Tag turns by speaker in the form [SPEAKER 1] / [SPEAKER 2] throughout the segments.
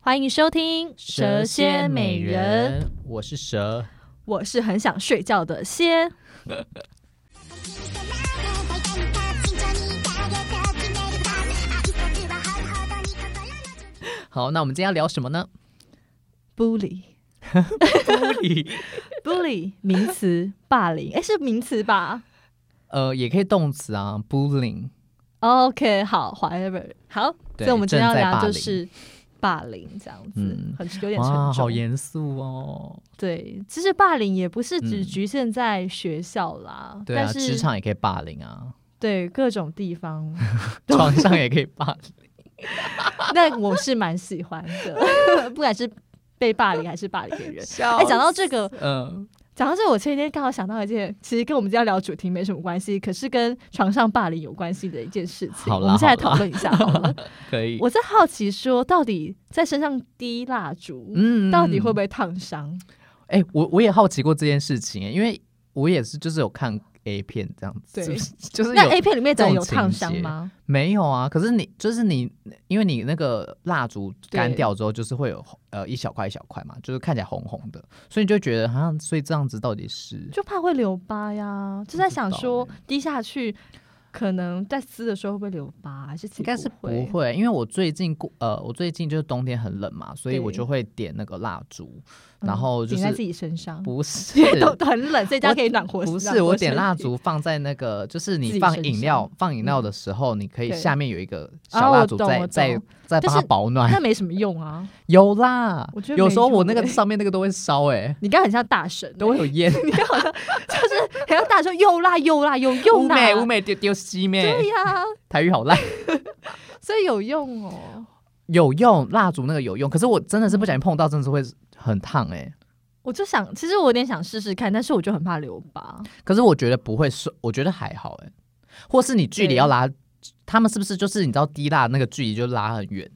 [SPEAKER 1] 欢迎收听《蛇蝎美人》，，
[SPEAKER 2] 我是蛇。
[SPEAKER 1] 我是很想睡觉的蝎。
[SPEAKER 2] 好，那我们今天要聊什 么呢？
[SPEAKER 1] bully
[SPEAKER 2] 玻璃，
[SPEAKER 1] bully 名词，霸凌，哎，是名词吧
[SPEAKER 2] 呃，也可以动词啊，bullying。
[SPEAKER 1] ？OK，好，whatever，好，所
[SPEAKER 2] 对
[SPEAKER 1] 以我们今天要
[SPEAKER 2] 正在
[SPEAKER 1] 聊
[SPEAKER 2] 霸
[SPEAKER 1] 就
[SPEAKER 2] 凌
[SPEAKER 1] 是霸凌这样子
[SPEAKER 2] 嗯，
[SPEAKER 1] 很有点
[SPEAKER 2] 哇，
[SPEAKER 1] 沉
[SPEAKER 2] 好
[SPEAKER 1] 重。
[SPEAKER 2] 严肃哦。
[SPEAKER 1] 对，其实霸凌也不是只
[SPEAKER 2] 嗯
[SPEAKER 1] 局限在学校啦，
[SPEAKER 2] 对啊，
[SPEAKER 1] 但
[SPEAKER 2] 职
[SPEAKER 1] 是
[SPEAKER 2] 场也可以霸 凌啊，
[SPEAKER 1] 对各种地方，
[SPEAKER 2] 床上也可以霸凌。
[SPEAKER 1] 那我是蛮喜欢的， 不管是被霸凌还是霸凌别人。
[SPEAKER 2] 笑
[SPEAKER 1] 哎、讲到这个，
[SPEAKER 2] 嗯，
[SPEAKER 1] 讲到这，我前几天刚好想到一件，其实跟我们今天要聊主题没什么关系，可是跟床上霸凌有关系的一件事情。
[SPEAKER 2] 好啦
[SPEAKER 1] 我们现在讨论一下好 了。
[SPEAKER 2] 可以。
[SPEAKER 1] 我在好奇说，到底在身上滴蜡烛，
[SPEAKER 2] 嗯
[SPEAKER 1] 到底会不
[SPEAKER 2] 会？
[SPEAKER 1] 会烫伤？
[SPEAKER 2] 哎、我我也好奇过这件事情，因为我也是就是有看 A 片这样子，
[SPEAKER 1] 对，
[SPEAKER 2] 就是
[SPEAKER 1] 那
[SPEAKER 2] 有
[SPEAKER 1] A 片里面的人有
[SPEAKER 2] 这种
[SPEAKER 1] 烫
[SPEAKER 2] 情
[SPEAKER 1] 伤
[SPEAKER 2] 节
[SPEAKER 1] 吗？
[SPEAKER 2] 没有啊？可是你就是你，因为你那个蜡烛干
[SPEAKER 1] 对
[SPEAKER 2] 掉之后，就是会有呃一小块一小块嘛，就是看起来红红的，所以你就觉得好像，所以这样子到底是
[SPEAKER 1] 就怕会留疤呀，就在想说
[SPEAKER 2] 欸
[SPEAKER 1] 滴下去，可能在撕的时候会不会留疤？还是其实
[SPEAKER 2] 应该是
[SPEAKER 1] 不
[SPEAKER 2] 不会，因为我最近过呃，我最近就是冬天很冷嘛，所以我
[SPEAKER 1] 对
[SPEAKER 2] 就会点那个蜡烛，
[SPEAKER 1] 嗯
[SPEAKER 2] 然后就
[SPEAKER 1] 顶在自
[SPEAKER 2] 是
[SPEAKER 1] 己身上，
[SPEAKER 2] 不是
[SPEAKER 1] 都都很冷，所以这样
[SPEAKER 2] 我
[SPEAKER 1] 可以暖和。啊
[SPEAKER 2] 不
[SPEAKER 1] 暖
[SPEAKER 2] 是
[SPEAKER 1] 和
[SPEAKER 2] 我点
[SPEAKER 1] 身
[SPEAKER 2] 蜡
[SPEAKER 1] 体
[SPEAKER 2] 烛放在那个，就是
[SPEAKER 1] 自
[SPEAKER 2] 你
[SPEAKER 1] 己
[SPEAKER 2] 放
[SPEAKER 1] 身
[SPEAKER 2] 饮料
[SPEAKER 1] 上
[SPEAKER 2] 放饮料的时候，你可以
[SPEAKER 1] 对
[SPEAKER 2] 下面有一个
[SPEAKER 1] 啊
[SPEAKER 2] 小
[SPEAKER 1] 我
[SPEAKER 2] 蜡烛
[SPEAKER 1] 懂
[SPEAKER 2] 在
[SPEAKER 1] 我
[SPEAKER 2] 在
[SPEAKER 1] 懂
[SPEAKER 2] 在
[SPEAKER 1] 但
[SPEAKER 2] 帮它
[SPEAKER 1] 是
[SPEAKER 2] 保暖
[SPEAKER 1] 那。没什么用啊。
[SPEAKER 2] 有啦
[SPEAKER 1] 我觉，得
[SPEAKER 2] 有
[SPEAKER 1] 没
[SPEAKER 2] 时候我
[SPEAKER 1] 用
[SPEAKER 2] 那个
[SPEAKER 1] 欸
[SPEAKER 2] 上面那个都会烧哎，
[SPEAKER 1] 你刚刚很像大神欸、
[SPEAKER 2] 都会有烟。
[SPEAKER 1] 还要大声又辣又辣有 用
[SPEAKER 2] 乌
[SPEAKER 1] 啦，
[SPEAKER 2] 美乌美丢丢西
[SPEAKER 1] 对
[SPEAKER 2] 妹，
[SPEAKER 1] 呀、
[SPEAKER 2] 台语好烂。
[SPEAKER 1] 所以有用哦。
[SPEAKER 2] 有用，蜡烛那个有用，可是我真的是不小
[SPEAKER 1] 嗯
[SPEAKER 2] 心碰到，真的是会很烫哎。
[SPEAKER 1] 我就想，其实我有点想试试看，但是我就很怕留疤。
[SPEAKER 2] 可是我觉得不会瘦，我觉得还好哎、或是你距离
[SPEAKER 1] 对
[SPEAKER 2] 要拉，他们是不是就是你知道滴蜡那个距离就拉很远，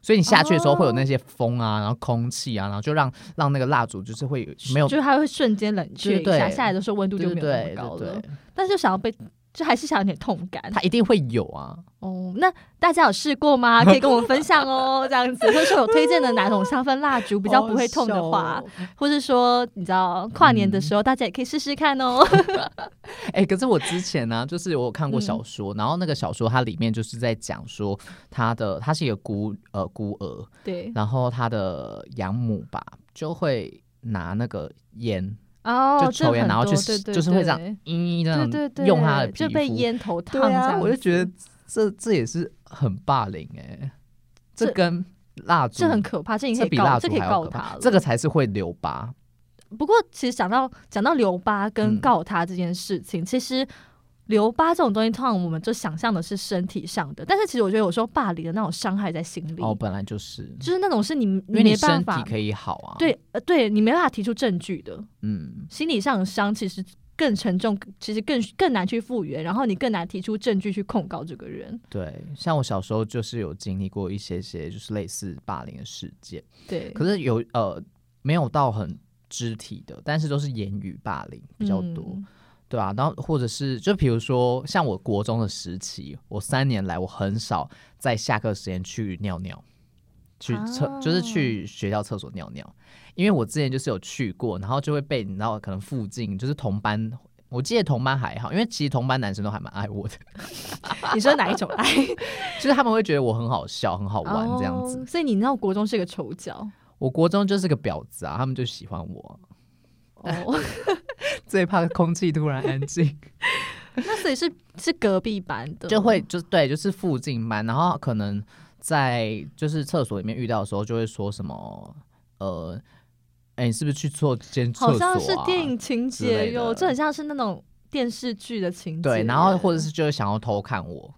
[SPEAKER 2] 所以你下去的时候会有
[SPEAKER 1] 哦
[SPEAKER 2] 那些风啊，然后空气啊，然后就让让那个蜡烛就是会有没有
[SPEAKER 1] 就是它会瞬间冷却一
[SPEAKER 2] 对对
[SPEAKER 1] 下，
[SPEAKER 2] 对
[SPEAKER 1] 下来的时候温度
[SPEAKER 2] 对
[SPEAKER 1] 就
[SPEAKER 2] 对
[SPEAKER 1] 没有
[SPEAKER 2] 对
[SPEAKER 1] 那么高
[SPEAKER 2] 对
[SPEAKER 1] 了。
[SPEAKER 2] 对，
[SPEAKER 1] 但是就想要被，就还是想有点痛感。
[SPEAKER 2] 它一定会有啊。
[SPEAKER 1] 哦，那大家有试过吗？可以跟我们分享哦，这样子，或者说有推荐的哪种香氛蜡烛比较不会痛的话，或是说你知道跨年
[SPEAKER 2] 嗯
[SPEAKER 1] 的时候大家也可以试试看 哦。
[SPEAKER 2] 哎、可是我之前呢、就是我有看过
[SPEAKER 1] 嗯
[SPEAKER 2] 小说，然后那个小说它里面就是在讲说他的他是一个孤呃孤儿，
[SPEAKER 1] 对，
[SPEAKER 2] 然后他的养母吧就会拿那个烟
[SPEAKER 1] 哦，
[SPEAKER 2] 就抽烟
[SPEAKER 1] 这很
[SPEAKER 2] 然后去
[SPEAKER 1] 多对
[SPEAKER 2] 吸
[SPEAKER 1] 对
[SPEAKER 2] 就是会这样
[SPEAKER 1] 对
[SPEAKER 2] 咦
[SPEAKER 1] 对
[SPEAKER 2] 这样
[SPEAKER 1] 对对，
[SPEAKER 2] 嗯用他的皮
[SPEAKER 1] 就被
[SPEAKER 2] 肤
[SPEAKER 1] 烟头烫这
[SPEAKER 2] 对啊，
[SPEAKER 1] 样，
[SPEAKER 2] 我就觉得这这也是很霸凌哎、这
[SPEAKER 1] 这
[SPEAKER 2] 跟蜡烛
[SPEAKER 1] 这很可嗯怕，这你可
[SPEAKER 2] 这
[SPEAKER 1] 以
[SPEAKER 2] 比蜡
[SPEAKER 1] 告，这
[SPEAKER 2] 烛
[SPEAKER 1] 可以
[SPEAKER 2] 还要
[SPEAKER 1] 告
[SPEAKER 2] 可
[SPEAKER 1] 他
[SPEAKER 2] 怕
[SPEAKER 1] 了，。
[SPEAKER 2] 这个才是会留疤。
[SPEAKER 1] 不过其实讲到讲到留疤跟
[SPEAKER 2] 嗯
[SPEAKER 1] 告他这件事情，其实。留疤这种东西，通常我们就想象的是身体上的，但是其实我觉得有时候霸凌的那种伤害在心里，
[SPEAKER 2] 哦，本来就是，因
[SPEAKER 1] 就是那种是你
[SPEAKER 2] 为
[SPEAKER 1] 没
[SPEAKER 2] 你
[SPEAKER 1] 办
[SPEAKER 2] 身
[SPEAKER 1] 法
[SPEAKER 2] 体可以好啊。，
[SPEAKER 1] 对，呃，对你没办法提出证据的，
[SPEAKER 2] 嗯，
[SPEAKER 1] 心理上的伤其实更沉重，其实更更难去复原，然后你更难提出证据去控告这个人。
[SPEAKER 2] 对，像我小时候就是有经历过一些些就是类似霸凌的事件，
[SPEAKER 1] 对，
[SPEAKER 2] 可是有呃没有到很肢体的，但是都是言语霸凌比较多。
[SPEAKER 1] 嗯
[SPEAKER 2] 对啊，然后或者是就比如说，像我国中的时期，我三年来我很少在下课时间去尿尿，去厕、
[SPEAKER 1] 啊
[SPEAKER 2] 就是去学校厕所尿尿，因为我之前就是有去过，然后就会被你知道可能附近就是同班，我记得同班还好，因为其实同班男生都还蛮爱我的，
[SPEAKER 1] 你说哪一种爱？
[SPEAKER 2] 就是他们会觉得我很好笑、很好玩这样子。
[SPEAKER 1] 哦所以你那国中是个丑 角
[SPEAKER 2] 我国中就是个婊子啊，他们就喜欢我，
[SPEAKER 1] 哦，
[SPEAKER 2] 最怕空气突然安静。
[SPEAKER 1] 那所以是是隔壁班的，
[SPEAKER 2] 就会就对，就是附近班，然后可能在就是厕所里面遇到的时候，就会说什么呃，哎、你是不是去错间厕所、
[SPEAKER 1] 好
[SPEAKER 2] 啊？
[SPEAKER 1] 像是电影情
[SPEAKER 2] 之
[SPEAKER 1] 节
[SPEAKER 2] 类
[SPEAKER 1] 哟，
[SPEAKER 2] 的
[SPEAKER 1] 这很像是那种电视剧的情节。
[SPEAKER 2] 对，然后或者。是就是想要偷看我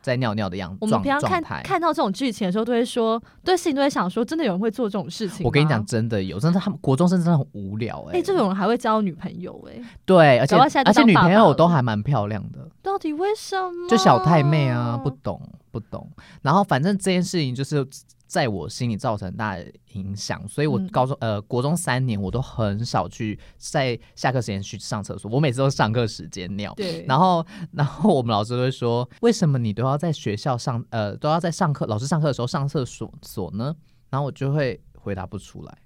[SPEAKER 2] 在尿尿的样
[SPEAKER 1] 我
[SPEAKER 2] 状
[SPEAKER 1] 们平常看
[SPEAKER 2] 状态。
[SPEAKER 1] 看到这种剧情的时候，都会说，对事情都会想说，真的有人会做这种事情吗？
[SPEAKER 2] 我跟你讲，真的有，真的他们国中生真的很无聊哎、
[SPEAKER 1] 哎、这种人还会交女朋友哎、
[SPEAKER 2] 对，而且
[SPEAKER 1] 搞到现在
[SPEAKER 2] 而
[SPEAKER 1] 就
[SPEAKER 2] 且
[SPEAKER 1] 当
[SPEAKER 2] 女
[SPEAKER 1] 爸
[SPEAKER 2] 朋
[SPEAKER 1] 爸
[SPEAKER 2] 友
[SPEAKER 1] 了
[SPEAKER 2] 都还蛮漂亮的，
[SPEAKER 1] 到底为什么？
[SPEAKER 2] 就小太妹
[SPEAKER 1] 哦
[SPEAKER 2] 啊，不懂不懂。然后反正这件事情就是在我心里造成很大的影响，所以我
[SPEAKER 1] 嗯
[SPEAKER 2] 高中、呃国中三年我都很少去在下课时间去上厕所，我每次都是上课时间尿。
[SPEAKER 1] 对，
[SPEAKER 2] 然后，然后我们老师都会说，为什么你都要在学校上呃都要在上课老师上课的时候上厕所所呢？然后我就会回答不出来，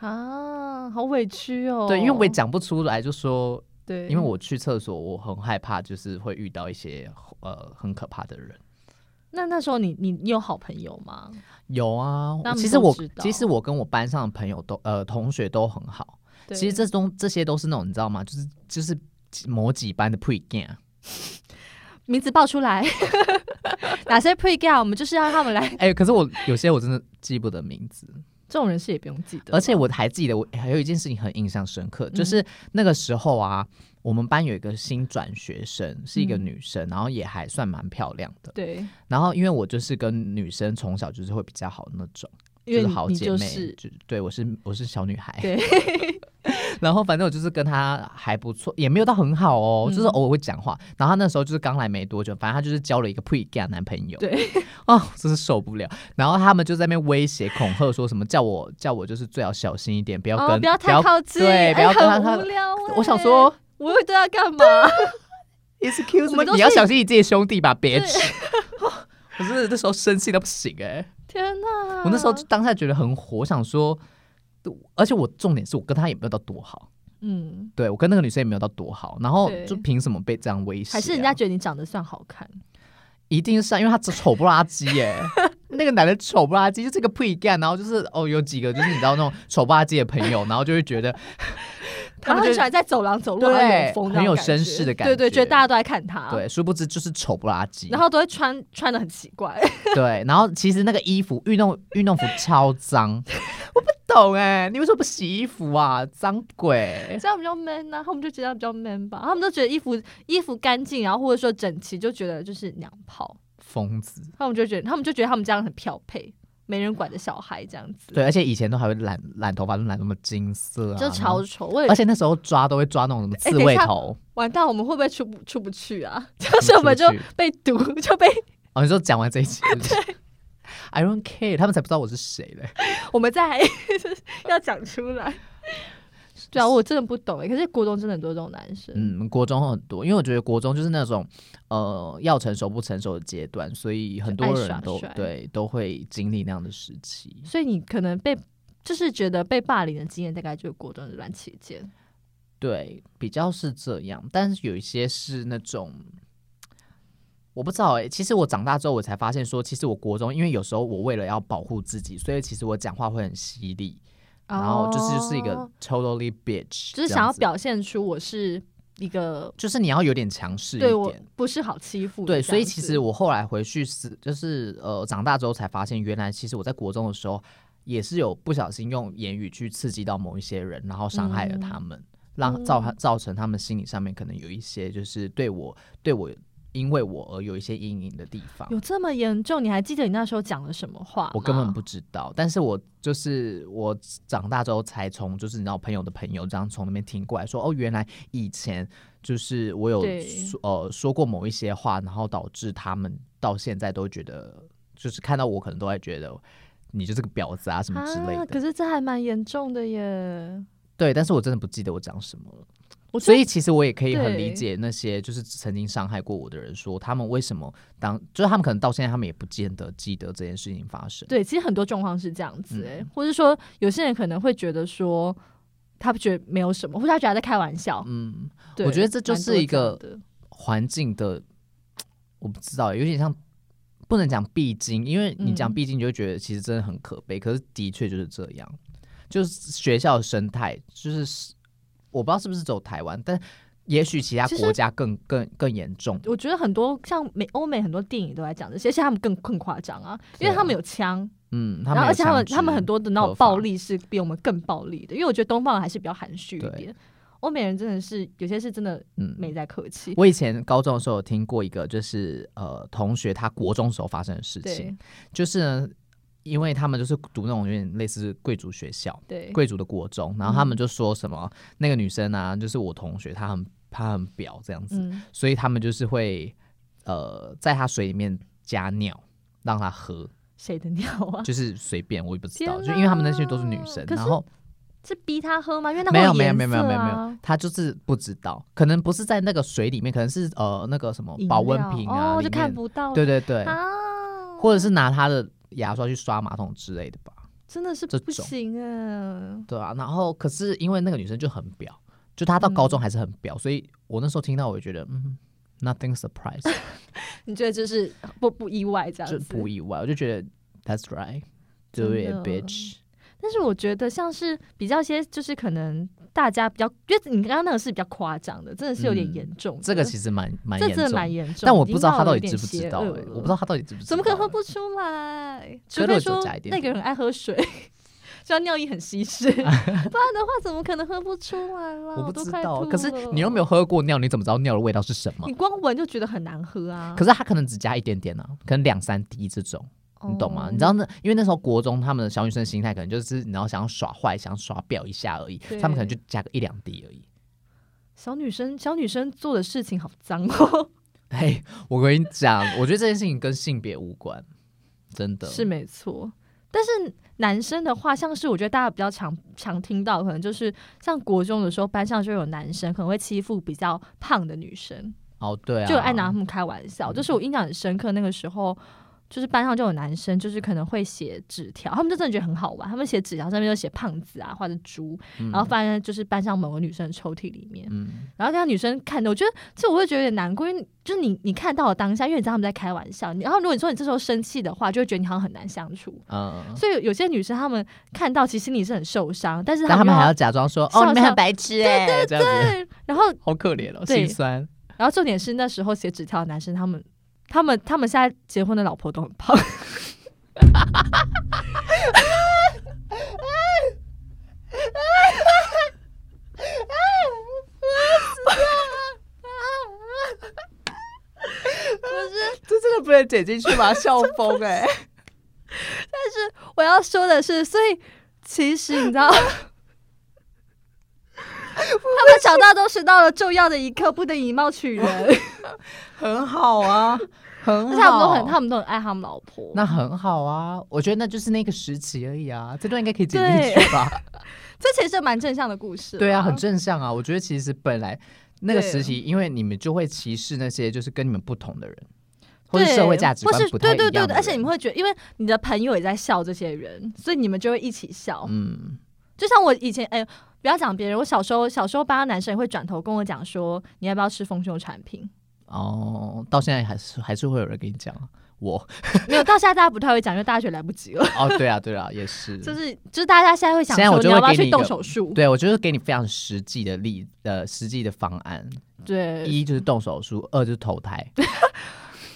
[SPEAKER 1] 啊，好委屈哦。
[SPEAKER 2] 对，因为我也讲不出来，就说
[SPEAKER 1] 对，
[SPEAKER 2] 因为我去厕所，我很害怕，就是会遇到一些呃很可怕的人。
[SPEAKER 1] 那那时候你你你有好朋友吗？
[SPEAKER 2] 有啊
[SPEAKER 1] 那他，们
[SPEAKER 2] 其实
[SPEAKER 1] 都
[SPEAKER 2] 我
[SPEAKER 1] 知道
[SPEAKER 2] 其实我跟我班上的朋友都呃同学都很好，
[SPEAKER 1] 对
[SPEAKER 2] 其实这种这些都是那种你知道吗？就是就是某几班的 pre game，
[SPEAKER 1] 名字报出 来，哪些 pre gal，我们就是要他们来。
[SPEAKER 2] 哎、可是我有些我真的记不得名字，
[SPEAKER 1] 这种人是也不用记得，
[SPEAKER 2] 而且我还记得我还有一件事情很印象深刻，
[SPEAKER 1] 嗯
[SPEAKER 2] 就是那个时候啊，我们班有一个新转学生，是一个
[SPEAKER 1] 嗯
[SPEAKER 2] 女生，然后也还算蛮漂亮的。
[SPEAKER 1] 对，
[SPEAKER 2] 然后因为我就是跟女生从小就是会比较好的那种，
[SPEAKER 1] 因为
[SPEAKER 2] 就是
[SPEAKER 1] 你
[SPEAKER 2] 好
[SPEAKER 1] 你
[SPEAKER 2] 姐
[SPEAKER 1] 就
[SPEAKER 2] 妹，哎
[SPEAKER 1] 是
[SPEAKER 2] 就对我是我是小女孩。
[SPEAKER 1] 对
[SPEAKER 2] 然后反正我就是跟她还不错，也没有到很好哦，
[SPEAKER 1] 嗯
[SPEAKER 2] 就是偶尔会讲话。然后她那时候就是刚来没多久，反正她就是交了一个 pre gay 男朋友。
[SPEAKER 1] 对，
[SPEAKER 2] 哦，真是受不了。然后他们就在那边威胁恐吓，说什么叫我叫我就是最好小心一点，不要跟、
[SPEAKER 1] 哦，不要太靠近，
[SPEAKER 2] 对，不
[SPEAKER 1] 哎
[SPEAKER 2] 要跟他。
[SPEAKER 1] 很
[SPEAKER 2] 他
[SPEAKER 1] 无聊欸。
[SPEAKER 2] 我想说
[SPEAKER 1] 我会对他干 嘛？
[SPEAKER 2] ，excuse
[SPEAKER 1] 欸我们
[SPEAKER 2] me，
[SPEAKER 1] 都
[SPEAKER 2] 你要
[SPEAKER 1] 是
[SPEAKER 2] 小心你自己的兄弟吧，别 吃。我真的那时候生气到不行哎、
[SPEAKER 1] 天哪！
[SPEAKER 2] 我那时候就当下觉得很火，我想说，而且我重点是我跟她也没有到多好，
[SPEAKER 1] 嗯，
[SPEAKER 2] 对我跟那个女生也没有到多好，然后
[SPEAKER 1] 对
[SPEAKER 2] 就凭什么被这样威胁啊、
[SPEAKER 1] 还是人家觉得你长得算好看，
[SPEAKER 2] 一定是、啊、因为他丑不拉几 耶、那个男的丑不拉几，就是一个 pre 干，然后就是哦，有几个就是你知道那种丑不拉几的朋友，然后就会觉得
[SPEAKER 1] 然后
[SPEAKER 2] 他们
[SPEAKER 1] 很
[SPEAKER 2] 就
[SPEAKER 1] 喜欢在走廊走路，
[SPEAKER 2] 对
[SPEAKER 1] 好像有风那种
[SPEAKER 2] 很有
[SPEAKER 1] 感觉
[SPEAKER 2] 绅士的感
[SPEAKER 1] 对对，
[SPEAKER 2] 觉
[SPEAKER 1] 觉得大家都在看他，，
[SPEAKER 2] 对，殊不知就是丑不拉几。
[SPEAKER 1] 然后都会穿穿的很奇怪，
[SPEAKER 2] 对，然后其实那个衣服运动运动服超脏， 我不懂哎、你为什么不洗衣服啊？脏 鬼！
[SPEAKER 1] 这样比较 man 啊，他们就觉得比较 man 吧，他们都觉得衣服衣服干净，然后或者说整齐，就觉得就是娘炮，
[SPEAKER 2] 疯子。
[SPEAKER 1] 他们就觉得他们就觉得他们这样很漂配，没人管的小孩这样子，
[SPEAKER 2] 对，而且以前都还会染染头发，都染那么金色啊，
[SPEAKER 1] 就
[SPEAKER 2] 然后
[SPEAKER 1] 超丑。我也
[SPEAKER 2] 而且那时候抓都会抓那种什么
[SPEAKER 1] 哎
[SPEAKER 2] 刺
[SPEAKER 1] 等一
[SPEAKER 2] 猬
[SPEAKER 1] 下
[SPEAKER 2] 头，
[SPEAKER 1] 完蛋，我们会不会出不出不去 啊？就是我们就
[SPEAKER 2] 出不去
[SPEAKER 1] 被毒， 就被
[SPEAKER 2] 哦，你说讲完这一集是不 是 ，I don't care，他们才不知道我是谁嘞。
[SPEAKER 1] 我们再 要讲出 来。对啊，我真的不懂哎。可是国中真的很多这种男生，
[SPEAKER 2] 嗯，国中很多，因为我觉得国中就是那种呃要成熟不成熟的阶段，所以很多
[SPEAKER 1] 爱耍
[SPEAKER 2] 人都
[SPEAKER 1] 帅
[SPEAKER 2] 对都会经历那样的时期。
[SPEAKER 1] 所以你可能被就是觉得被霸凌的经验，大概就是国中这段期间。
[SPEAKER 2] 对，比较是这样，但是有一些是那种。我不知道哎、其实我长大之后，我才发现说，其实我国中，因为有时候我为了要保护自己，所以其实我讲话会很犀利，然后就是就是一个
[SPEAKER 1] 哦，
[SPEAKER 2] totally bitch，
[SPEAKER 1] 就是
[SPEAKER 2] 这
[SPEAKER 1] 想
[SPEAKER 2] 样
[SPEAKER 1] 要
[SPEAKER 2] 子，
[SPEAKER 1] 表现出我是一个
[SPEAKER 2] 就是你要有点强势一
[SPEAKER 1] 对我
[SPEAKER 2] 点。
[SPEAKER 1] 不是好欺负的这
[SPEAKER 2] 对，
[SPEAKER 1] 样子。
[SPEAKER 2] 所以其实我后来回去是，就是呃，长大之后才发现，原来其实我在国中的时候也是有不小心用言语去刺激到某一些人，然后伤害了他们，
[SPEAKER 1] 嗯
[SPEAKER 2] 让造造成他们心理上面可能有一些就是对我对我因为我而有一些阴影的地方。
[SPEAKER 1] 有这么严重？你还记得你那时候讲了什么话？
[SPEAKER 2] 我根本。不知道，但是我就是我长大之后才从就是你知道朋友的朋友这样从那边听过来说，哦，原来以前就是我有
[SPEAKER 1] 对
[SPEAKER 2] 说呃说过某一些话，然后导致他们到现在都觉得，就是看到我可能都会觉得你就是个婊子啊什么之类
[SPEAKER 1] 啊！
[SPEAKER 2] 的。
[SPEAKER 1] 可是这还蛮严重的耶。
[SPEAKER 2] 对，但是我真的不记得我讲什么了。
[SPEAKER 1] 我
[SPEAKER 2] 所
[SPEAKER 1] 以
[SPEAKER 2] 以其实我也可以很理
[SPEAKER 1] 对
[SPEAKER 2] 解那些就是曾经伤害过我的人说，他们为什么当就是他们可能到现在他们也不见得记得这件事情发生。
[SPEAKER 1] 对，其实很多状况是这样子、欸，
[SPEAKER 2] 嗯
[SPEAKER 1] 或者说有些人可能会觉得说，他觉得没有什么，或者他觉得他在开玩笑。
[SPEAKER 2] 嗯。
[SPEAKER 1] 对，
[SPEAKER 2] 我觉得这就
[SPEAKER 1] 蛮多
[SPEAKER 2] 是一
[SPEAKER 1] 这样
[SPEAKER 2] 个
[SPEAKER 1] 的
[SPEAKER 2] 环境的，我不知道，有点像不能讲必经，因为你讲
[SPEAKER 1] 嗯
[SPEAKER 2] 必经，你就会觉得其实真的很可悲。可是的确就是这样，就是学校的生态，就是我不知道是不是只有台湾，但也许其他
[SPEAKER 1] 其实
[SPEAKER 2] 国家更更更严重。
[SPEAKER 1] 我觉得很多像美欧美很多电影都在讲这些，而且他们更更夸张啊，因为
[SPEAKER 2] 对啊
[SPEAKER 1] 他们有枪，
[SPEAKER 2] 嗯，他
[SPEAKER 1] 然
[SPEAKER 2] 们
[SPEAKER 1] 后
[SPEAKER 2] 有
[SPEAKER 1] 而且他们
[SPEAKER 2] 枪支
[SPEAKER 1] 他们很多的那种
[SPEAKER 2] 合法
[SPEAKER 1] 暴力是比我们更暴力的，因为我觉得东方人还是比较含蓄一
[SPEAKER 2] 对
[SPEAKER 1] 点，欧美人真的是有些是真的
[SPEAKER 2] 嗯。
[SPEAKER 1] 没在客气。
[SPEAKER 2] 我以前高中的时候有听过一个，就是呃，同学他国中时候发生的事情
[SPEAKER 1] 对，
[SPEAKER 2] 就是呢，因为他们就是读那种有点类似贵族学校，
[SPEAKER 1] 对，嗯
[SPEAKER 2] 贵族的国中，然后他们就说什么、那个女生啊，就是我同学，她很她很婊这样子，
[SPEAKER 1] 嗯，
[SPEAKER 2] 所以他们就是会呃在她水里面加尿让她喝，
[SPEAKER 1] 谁的尿啊？
[SPEAKER 2] 就是随便我也不知道，
[SPEAKER 1] 天
[SPEAKER 2] 就
[SPEAKER 1] 哪
[SPEAKER 2] 因为他们那些都是女生，
[SPEAKER 1] 可是
[SPEAKER 2] 然后
[SPEAKER 1] 是逼他喝吗？因为那会
[SPEAKER 2] 没有没有
[SPEAKER 1] 颜
[SPEAKER 2] 没有没有
[SPEAKER 1] 色
[SPEAKER 2] 没有没
[SPEAKER 1] 啊
[SPEAKER 2] 有，她就是不知道，可能不是在那个水里面，可能是呃那个什么
[SPEAKER 1] 饮
[SPEAKER 2] 保温
[SPEAKER 1] 料
[SPEAKER 2] 瓶啊，
[SPEAKER 1] 哦，
[SPEAKER 2] 里
[SPEAKER 1] 就
[SPEAKER 2] 面
[SPEAKER 1] 看不到
[SPEAKER 2] 对对对，
[SPEAKER 1] 啊，
[SPEAKER 2] 或者是拿她的牙刷去刷马桶之类的吧。
[SPEAKER 1] 真的是
[SPEAKER 2] 这
[SPEAKER 1] 不
[SPEAKER 2] 种
[SPEAKER 1] 行啊。
[SPEAKER 2] 对啊，然后可是因为那个女生就很婊，就她到高
[SPEAKER 1] 嗯
[SPEAKER 2] 中还是很婊，所以我那时候听到我就觉得嗯 ，nothing surprise，
[SPEAKER 1] 你觉得就是不不意外这样
[SPEAKER 2] 就
[SPEAKER 1] 子？
[SPEAKER 2] 不意外，我 就觉得 that's
[SPEAKER 1] 真
[SPEAKER 2] right，do it
[SPEAKER 1] 的
[SPEAKER 2] bitch，
[SPEAKER 1] 但是我觉得像是比较些，就是可能大家比较，因为你刚刚那个是比较夸张的，真的是有点
[SPEAKER 2] 嗯
[SPEAKER 1] 严重的、
[SPEAKER 2] 这个其实蛮蛮
[SPEAKER 1] 这
[SPEAKER 2] 严
[SPEAKER 1] 真的蛮
[SPEAKER 2] 重。
[SPEAKER 1] 严重的，
[SPEAKER 2] 但我不
[SPEAKER 1] 已
[SPEAKER 2] 知
[SPEAKER 1] 经
[SPEAKER 2] 道她
[SPEAKER 1] 到
[SPEAKER 2] 到
[SPEAKER 1] 了
[SPEAKER 2] 底
[SPEAKER 1] 有
[SPEAKER 2] 知
[SPEAKER 1] 点
[SPEAKER 2] 不知
[SPEAKER 1] 邪
[SPEAKER 2] 道、欸，
[SPEAKER 1] 恶了
[SPEAKER 2] 我不知道她到底知不知道、欸
[SPEAKER 1] 怎么可能喝不出来？除
[SPEAKER 2] 可乐
[SPEAKER 1] 非
[SPEAKER 2] 有
[SPEAKER 1] 说
[SPEAKER 2] 加一点
[SPEAKER 1] 那个
[SPEAKER 2] 点
[SPEAKER 1] 人爱喝水， 就像尿液很稀 释，不然的话怎么可能喝不出来啦？
[SPEAKER 2] 我不
[SPEAKER 1] 都
[SPEAKER 2] 知
[SPEAKER 1] 快
[SPEAKER 2] 道。啊
[SPEAKER 1] 吐
[SPEAKER 2] 可是
[SPEAKER 1] 了
[SPEAKER 2] 你又没有喝过尿，你怎么知道尿的味道是什么
[SPEAKER 1] 你？光闻就觉得很难喝啊。
[SPEAKER 2] 可是他可能只加一点点啊，可能两三滴这种，你懂
[SPEAKER 1] 哦
[SPEAKER 2] 吗？你知道那因为那时候国中他们的小女生心态可能就是你要想要耍坏、想耍表一下而已，
[SPEAKER 1] 对
[SPEAKER 2] 他们可能就加个一两滴而已。
[SPEAKER 1] 小女生小女生做的事情好脏 哦，
[SPEAKER 2] 嘿，我跟你讲，我觉得这件事情跟性别无关，真的
[SPEAKER 1] 是没错。但是男生的话，像是我觉得大家比较常常听到，可能就是像国中的时候，班上就有男生可能会欺负比较胖的女生，
[SPEAKER 2] 哦，对啊，嗯
[SPEAKER 1] 就有爱拿他们开玩笑。就是我印象很深刻，那个时候就是班上就有男生，就是可能会写纸条，他们就真的觉得很好玩，他们写纸条上面就写胖子啊，或者猪，
[SPEAKER 2] 嗯，
[SPEAKER 1] 然后放在就是班上某个女生的抽屉里面。
[SPEAKER 2] 嗯，
[SPEAKER 1] 然后让女生看的，我觉得这我会觉得有点难过，因为就是你你看到了当下，因为你知道他们在开玩笑，你然后如果你说你这时候生气的话，就会觉得你好像很难相处。
[SPEAKER 2] 嗯。
[SPEAKER 1] 所以有些女生她们看到，其实你是很受伤，但是
[SPEAKER 2] 但他们
[SPEAKER 1] 又
[SPEAKER 2] 还要
[SPEAKER 1] 要
[SPEAKER 2] 假装说
[SPEAKER 1] 笑
[SPEAKER 2] 哦，你们
[SPEAKER 1] 笑
[SPEAKER 2] 很白痴哎、欸，这样子
[SPEAKER 1] 对，然后
[SPEAKER 2] 好可怜哦，
[SPEAKER 1] 对
[SPEAKER 2] 心酸。
[SPEAKER 1] 然后重点是那时候写纸条的男生，他们他们他们现在结婚的老婆都很胖，
[SPEAKER 2] 这真的不能剪进去 吗？笑疯哎、
[SPEAKER 1] 我要说的是，所以其实你知道，他们长大都是到了重要的一刻，不能以貌取人，而
[SPEAKER 2] 很好啊，很好。
[SPEAKER 1] 且他们都很他们都很爱他们老婆。
[SPEAKER 2] 那很好啊，我觉得那就是那个时期而已啊，这段应该可以剪
[SPEAKER 1] 对
[SPEAKER 2] 进去 吧？
[SPEAKER 1] 这其实是蛮正向的故事啦。
[SPEAKER 2] 对啊，很正向啊。我觉得其实本来那个
[SPEAKER 1] 对
[SPEAKER 2] 时期，因为你们就会歧视那些就是跟你们不同的人，或是社会价值
[SPEAKER 1] 或
[SPEAKER 2] 观
[SPEAKER 1] 是
[SPEAKER 2] 不太
[SPEAKER 1] 对
[SPEAKER 2] 一样
[SPEAKER 1] 对对
[SPEAKER 2] 的
[SPEAKER 1] 对，而且你
[SPEAKER 2] 人
[SPEAKER 1] 们会觉得，因为你的朋友也在笑这些人，所以你们就会一起笑。
[SPEAKER 2] 嗯，
[SPEAKER 1] 就像我以前，哎、不要讲别人，我小时候小时候班上男生也会转头跟我讲说，你要不要吃丰胸产品？
[SPEAKER 2] 哦，到现在还是还是会有人跟你讲啊我
[SPEAKER 1] 没有，到现在大家不太会讲，因为大家觉得来不及了。
[SPEAKER 2] 哦，对啊，对啊，也是，
[SPEAKER 1] 就是就是大家现在会想
[SPEAKER 2] 现在
[SPEAKER 1] 说，
[SPEAKER 2] 我就
[SPEAKER 1] 要
[SPEAKER 2] 会
[SPEAKER 1] 不要
[SPEAKER 2] 给你
[SPEAKER 1] 去
[SPEAKER 2] 一个
[SPEAKER 1] 动手术？
[SPEAKER 2] 对我就是给你非常实际的例，呃，实际的方案，
[SPEAKER 1] 对，
[SPEAKER 2] 一就是动手术，二就是 投胎，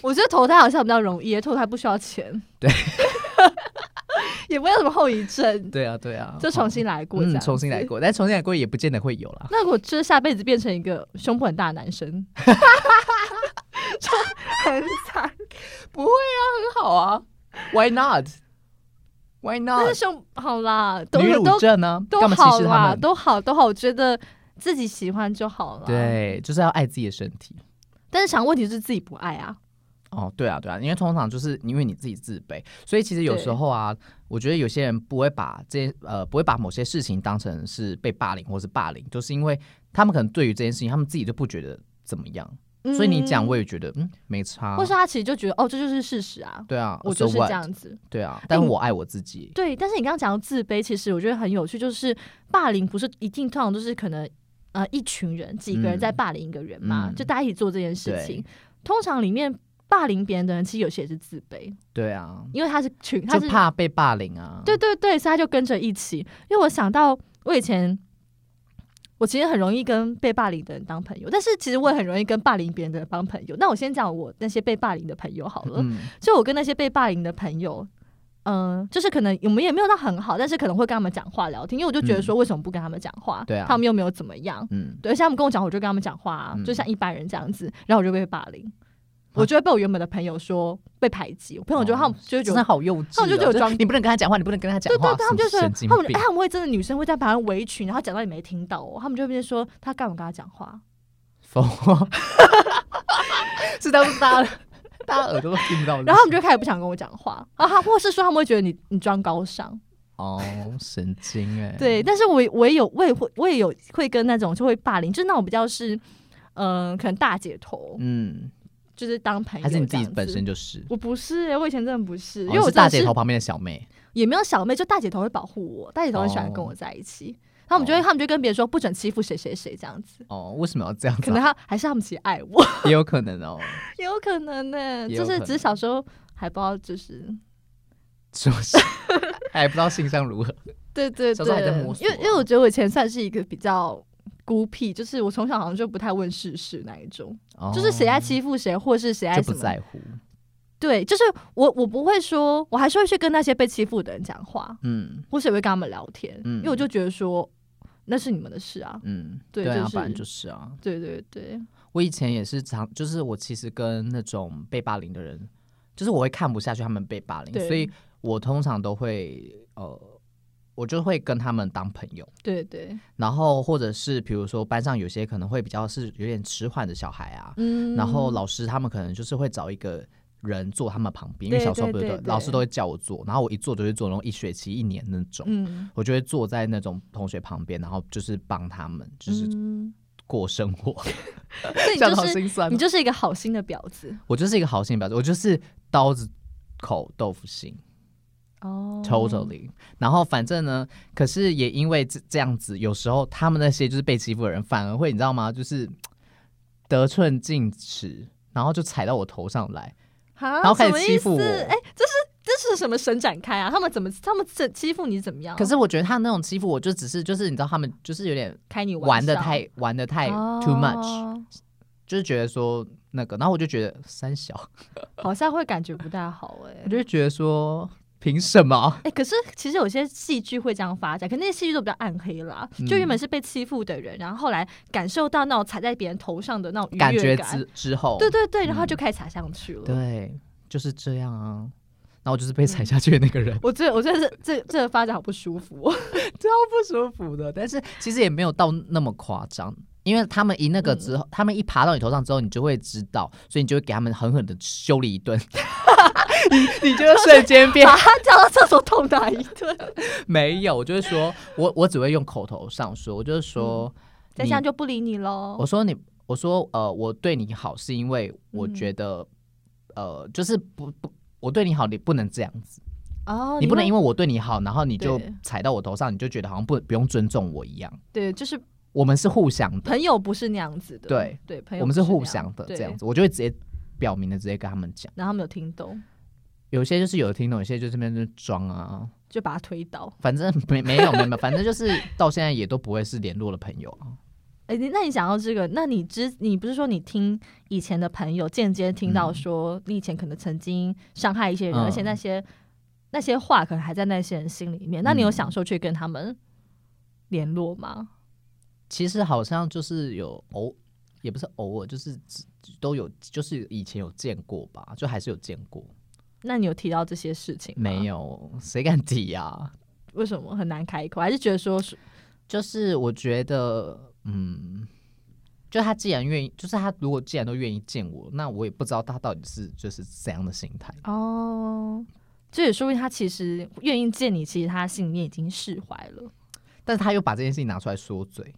[SPEAKER 1] 我觉得投胎好像比较容易，投胎不需要钱，
[SPEAKER 2] 对，
[SPEAKER 1] 也不会有什么后遗症，
[SPEAKER 2] 对啊，对啊，
[SPEAKER 1] 就重新来过这样
[SPEAKER 2] 嗯，
[SPEAKER 1] 子，
[SPEAKER 2] 重新来过，但重新来过也不见得会有 啦。
[SPEAKER 1] 那我就是下辈子变成一个胸部很大的男 生，就很惨。
[SPEAKER 2] 不会啊，很好啊，Why not? Why
[SPEAKER 1] 但
[SPEAKER 2] not？
[SPEAKER 1] 是胸好啦，都
[SPEAKER 2] 女乳
[SPEAKER 1] 都
[SPEAKER 2] 症呢？
[SPEAKER 1] 都
[SPEAKER 2] 干嘛歧
[SPEAKER 1] 好
[SPEAKER 2] 视他
[SPEAKER 1] 啦，
[SPEAKER 2] 们？
[SPEAKER 1] 都好都好，我觉得自己喜欢就好了。，
[SPEAKER 2] 对，就是要爱自己的身体。
[SPEAKER 1] 但是想问题是自己不爱啊。
[SPEAKER 2] 哦，对啊，对啊，因为通常就是因为你自己自卑，所以其实有时候啊，我觉得有些人不会把这些呃不会把某些事情当成是被霸凌或是霸凌，就是因为他们可能对于这件事情，他们自己就不觉得怎么样，所以你讲
[SPEAKER 1] 嗯，
[SPEAKER 2] 我也觉得嗯没差
[SPEAKER 1] 或，是他其实就觉得哦，这就是事实啊，
[SPEAKER 2] 对啊，
[SPEAKER 1] 我就是
[SPEAKER 2] so what，
[SPEAKER 1] 这样子。
[SPEAKER 2] 对啊，但我爱我自己，
[SPEAKER 1] 对，但是你刚刚讲到自卑，其实我觉得很有趣，就是霸凌不是一定通常都是可能呃一群人几个人
[SPEAKER 2] 嗯
[SPEAKER 1] 在霸凌一个人嘛，
[SPEAKER 2] 嗯
[SPEAKER 1] 就大家一起做这件事
[SPEAKER 2] 对
[SPEAKER 1] 情。通常里面霸凌别人的人，其实有些也是自卑，
[SPEAKER 2] 对啊，
[SPEAKER 1] 因为他是群，他
[SPEAKER 2] 就是怕被霸凌啊，
[SPEAKER 1] 对对对，所以他就跟着一起。因为我想到我以前。我其实很容易跟被霸凌的人当朋友，但是其实我也很容易跟霸凌别人的人当朋友。那我先讲我那些被霸凌的朋友好了，
[SPEAKER 2] 嗯，
[SPEAKER 1] 就我跟那些被霸凌的朋友，嗯、就是可能我们也没有到很好，但是可能会跟他们讲话聊天，因为我就觉得说，为什么不跟他们讲话？
[SPEAKER 2] 嗯对啊
[SPEAKER 1] 他们又没有怎么样。
[SPEAKER 2] 嗯，
[SPEAKER 1] 对，像他们跟我讲，我就跟他们讲话、啊，
[SPEAKER 2] 嗯啊
[SPEAKER 1] 就像一般人这样子，然后我就被霸凌，我就会被我原本的朋友说被排挤，我朋友就
[SPEAKER 2] 哦
[SPEAKER 1] 他们就会觉
[SPEAKER 2] 真
[SPEAKER 1] 得。
[SPEAKER 2] 的好幼稚、哦，
[SPEAKER 1] 他们就觉得装
[SPEAKER 2] 你不能跟他讲话，你不能跟他讲
[SPEAKER 1] 对
[SPEAKER 2] 话，
[SPEAKER 1] 对对，他们就
[SPEAKER 2] 什
[SPEAKER 1] 是
[SPEAKER 2] 么神经
[SPEAKER 1] 他们，哎，
[SPEAKER 2] 病。
[SPEAKER 1] 他们会真的女生会在旁边围裙，然后讲到你没听到哦，他们就会变成说他干嘛跟他讲话，
[SPEAKER 2] 哦疯了 是当时大家大家耳朵都听不到的事情，
[SPEAKER 1] 然后他们就开始不想跟我讲话，然后他或是说他们会觉得你你装高尚，
[SPEAKER 2] 哦神经哎、
[SPEAKER 1] 对，但是我也我也有，我也会，我也有会跟那种就会霸凌，就是那种比较是，嗯、可能大姐头，
[SPEAKER 2] 嗯，
[SPEAKER 1] 就是当朋友。
[SPEAKER 2] 还是你自己本？身就是，
[SPEAKER 1] 我不是、欸，我以前真的不是，
[SPEAKER 2] 哦
[SPEAKER 1] 因为
[SPEAKER 2] 你
[SPEAKER 1] 我
[SPEAKER 2] 是
[SPEAKER 1] 真的
[SPEAKER 2] 大
[SPEAKER 1] 是
[SPEAKER 2] 姐头旁边的小妹，
[SPEAKER 1] 也没有小妹，就大姐头会保护我，大姐头很喜欢
[SPEAKER 2] 哦
[SPEAKER 1] 跟我在一起。然后我们就会，他们就跟别人说不准欺负谁谁谁这样子，
[SPEAKER 2] 哦，为什么要这样子啊？
[SPEAKER 1] 可能他还是他们其实爱我，
[SPEAKER 2] 也有可能哦，
[SPEAKER 1] 也有可能呢、
[SPEAKER 2] 也有
[SPEAKER 1] 就
[SPEAKER 2] 可
[SPEAKER 1] 是
[SPEAKER 2] 能
[SPEAKER 1] 只是小时候还不知道，就是
[SPEAKER 2] 是不 是？还不知道性向如何，
[SPEAKER 1] 对对
[SPEAKER 2] 小时候还在
[SPEAKER 1] 对
[SPEAKER 2] 摸，索啊
[SPEAKER 1] 因为因为我觉得我以前算是一个比较孤僻，就是我从小好像就不太问世事那一种，
[SPEAKER 2] 哦
[SPEAKER 1] 就是谁爱欺负谁，或是谁爱
[SPEAKER 2] 就
[SPEAKER 1] 什
[SPEAKER 2] 不
[SPEAKER 1] 么
[SPEAKER 2] 在乎，
[SPEAKER 1] 对，就是我我不会说，我还是会去跟那些被欺负的人讲话，
[SPEAKER 2] 嗯
[SPEAKER 1] 或是也会跟他们聊天，
[SPEAKER 2] 嗯
[SPEAKER 1] 因为我就觉得说那是你们的事啊。
[SPEAKER 2] 嗯，
[SPEAKER 1] 对
[SPEAKER 2] 啊
[SPEAKER 1] 就，是
[SPEAKER 2] 反正就是啊，
[SPEAKER 1] 对对对，
[SPEAKER 2] 我以前也是常，就是我其实跟那种被霸凌的人，就是我会看不下去他们被霸凌，
[SPEAKER 1] 对
[SPEAKER 2] 所以我通常都会呃，我就会跟他们当朋友。
[SPEAKER 1] 对对，
[SPEAKER 2] 然后或者是比如说班上有些可能会比较是有点迟缓的小孩啊，
[SPEAKER 1] 嗯
[SPEAKER 2] 然后老师他们可能就是会找一个。人坐他们旁边，因为
[SPEAKER 1] 对
[SPEAKER 2] 小时候
[SPEAKER 1] 对
[SPEAKER 2] 不是
[SPEAKER 1] 对
[SPEAKER 2] 都
[SPEAKER 1] 对
[SPEAKER 2] 老师都会叫我坐，然后我一坐就是坐那种一学期、一年那种，
[SPEAKER 1] 嗯，
[SPEAKER 2] 我就会坐在那种同学旁边，然后就是帮他们，就是
[SPEAKER 1] 嗯
[SPEAKER 2] 过生活，
[SPEAKER 1] 所以你
[SPEAKER 2] 这样
[SPEAKER 1] 就
[SPEAKER 2] 好
[SPEAKER 1] 是
[SPEAKER 2] 心酸哦。
[SPEAKER 1] 你就是一个好心的婊子
[SPEAKER 2] 我就是一个好心表子，我就是刀子口豆腐心、
[SPEAKER 1] 哦
[SPEAKER 2] t o t a l l y 然后反正呢，可是也因为这这样子，有时候他们那些就是被欺负的人，反而会你知道吗？就是嘖得寸进尺，然后就踩到我头上来。
[SPEAKER 1] 哈
[SPEAKER 2] 然后开始
[SPEAKER 1] 什么意
[SPEAKER 2] 欺负
[SPEAKER 1] 思
[SPEAKER 2] 我
[SPEAKER 1] 哎、这是这是什么伸展开啊？他们怎么他们怎欺负你怎么样？
[SPEAKER 2] 可是我觉得他那种欺负我，就只是就是你知道他们就是有点
[SPEAKER 1] 开你
[SPEAKER 2] 玩的
[SPEAKER 1] 笑
[SPEAKER 2] 太玩的太 too much，、
[SPEAKER 1] 哦
[SPEAKER 2] 就是觉得说那个，然后我就觉得三小，
[SPEAKER 1] 好像会感觉不太好哎、
[SPEAKER 2] 我就觉得说凭什么？
[SPEAKER 1] 哎、可是其实有些戏剧会这样发展，可那些戏剧都比较暗黑啦。就
[SPEAKER 2] 嗯
[SPEAKER 1] 原本是被欺负的人，然后后来感受到那种踩在别人头上的那种愉悦
[SPEAKER 2] 感觉
[SPEAKER 1] 感
[SPEAKER 2] 之之后，
[SPEAKER 1] 对对对，然后就开始踩上去了。
[SPEAKER 2] 对，就是这样啊。然后我就是被
[SPEAKER 1] 嗯
[SPEAKER 2] 踩下去的那个人，
[SPEAKER 1] 我觉得我觉得这这这个发展好不舒服哦。
[SPEAKER 2] 不舒服的。但是其实也没有到那么夸张，因为他们一那个
[SPEAKER 1] 嗯
[SPEAKER 2] 之后，他们一爬到你头上之后，你就会知道，所以你就会给他们狠狠的修理一 顿。 你你就会瞬间变
[SPEAKER 1] 把他叫到厕所痛打一 顿，
[SPEAKER 2] 没有，我就是说我我只会用口头上说，我就是说，
[SPEAKER 1] 再这样就不理你喽
[SPEAKER 2] 我。说你，我说呃，我对你好是因为我觉得、
[SPEAKER 1] 嗯
[SPEAKER 2] 呃，就是不不，我对你好，你不能这样子。
[SPEAKER 1] 哦，
[SPEAKER 2] 你不能
[SPEAKER 1] 会
[SPEAKER 2] 因为我对你好，然后你就
[SPEAKER 1] 对
[SPEAKER 2] 踩到我头上，你就觉得好像不不用尊重我一样。
[SPEAKER 1] 对，就是
[SPEAKER 2] 我们是互相的，
[SPEAKER 1] 朋友不是那样子的。
[SPEAKER 2] 对
[SPEAKER 1] 对，朋友
[SPEAKER 2] 我
[SPEAKER 1] 不
[SPEAKER 2] 们
[SPEAKER 1] 是那
[SPEAKER 2] 互相的
[SPEAKER 1] 对
[SPEAKER 2] 这样子，我就会直接表明的直接跟他们讲。
[SPEAKER 1] 然后他没有听懂，
[SPEAKER 2] 有些就是有听懂，有些就是那边就装啊，
[SPEAKER 1] 就把他推倒。
[SPEAKER 2] 反正没没有没有，没有反正就是到现在也都不会是联络的朋友啊。
[SPEAKER 1] 哎、你那你想到这个，那你之你不是说你听以前的朋友间接听到说你以前可能曾经伤害一些人，
[SPEAKER 2] 嗯
[SPEAKER 1] 而且那些那些话可能还在那些人心里面，那你有
[SPEAKER 2] 嗯
[SPEAKER 1] 想说去跟他们联络吗？
[SPEAKER 2] 其实好像就是有偶，也不是偶尔，就是都有，就是以前有见过吧，就还是有见过。
[SPEAKER 1] 那你有提到这些事情吗
[SPEAKER 2] 没？有，谁敢提呀、啊？
[SPEAKER 1] 为什么很难开口？还是觉得说是
[SPEAKER 2] 就是我觉得，嗯，就他既然愿意，就是他如果既然都愿意见我，那我也不知道他到底是就是怎样的心态。
[SPEAKER 1] 哦，这也说明他其实愿意见你，其实他心里面已经释怀了。
[SPEAKER 2] 但是他又把这件事情拿出来说嘴，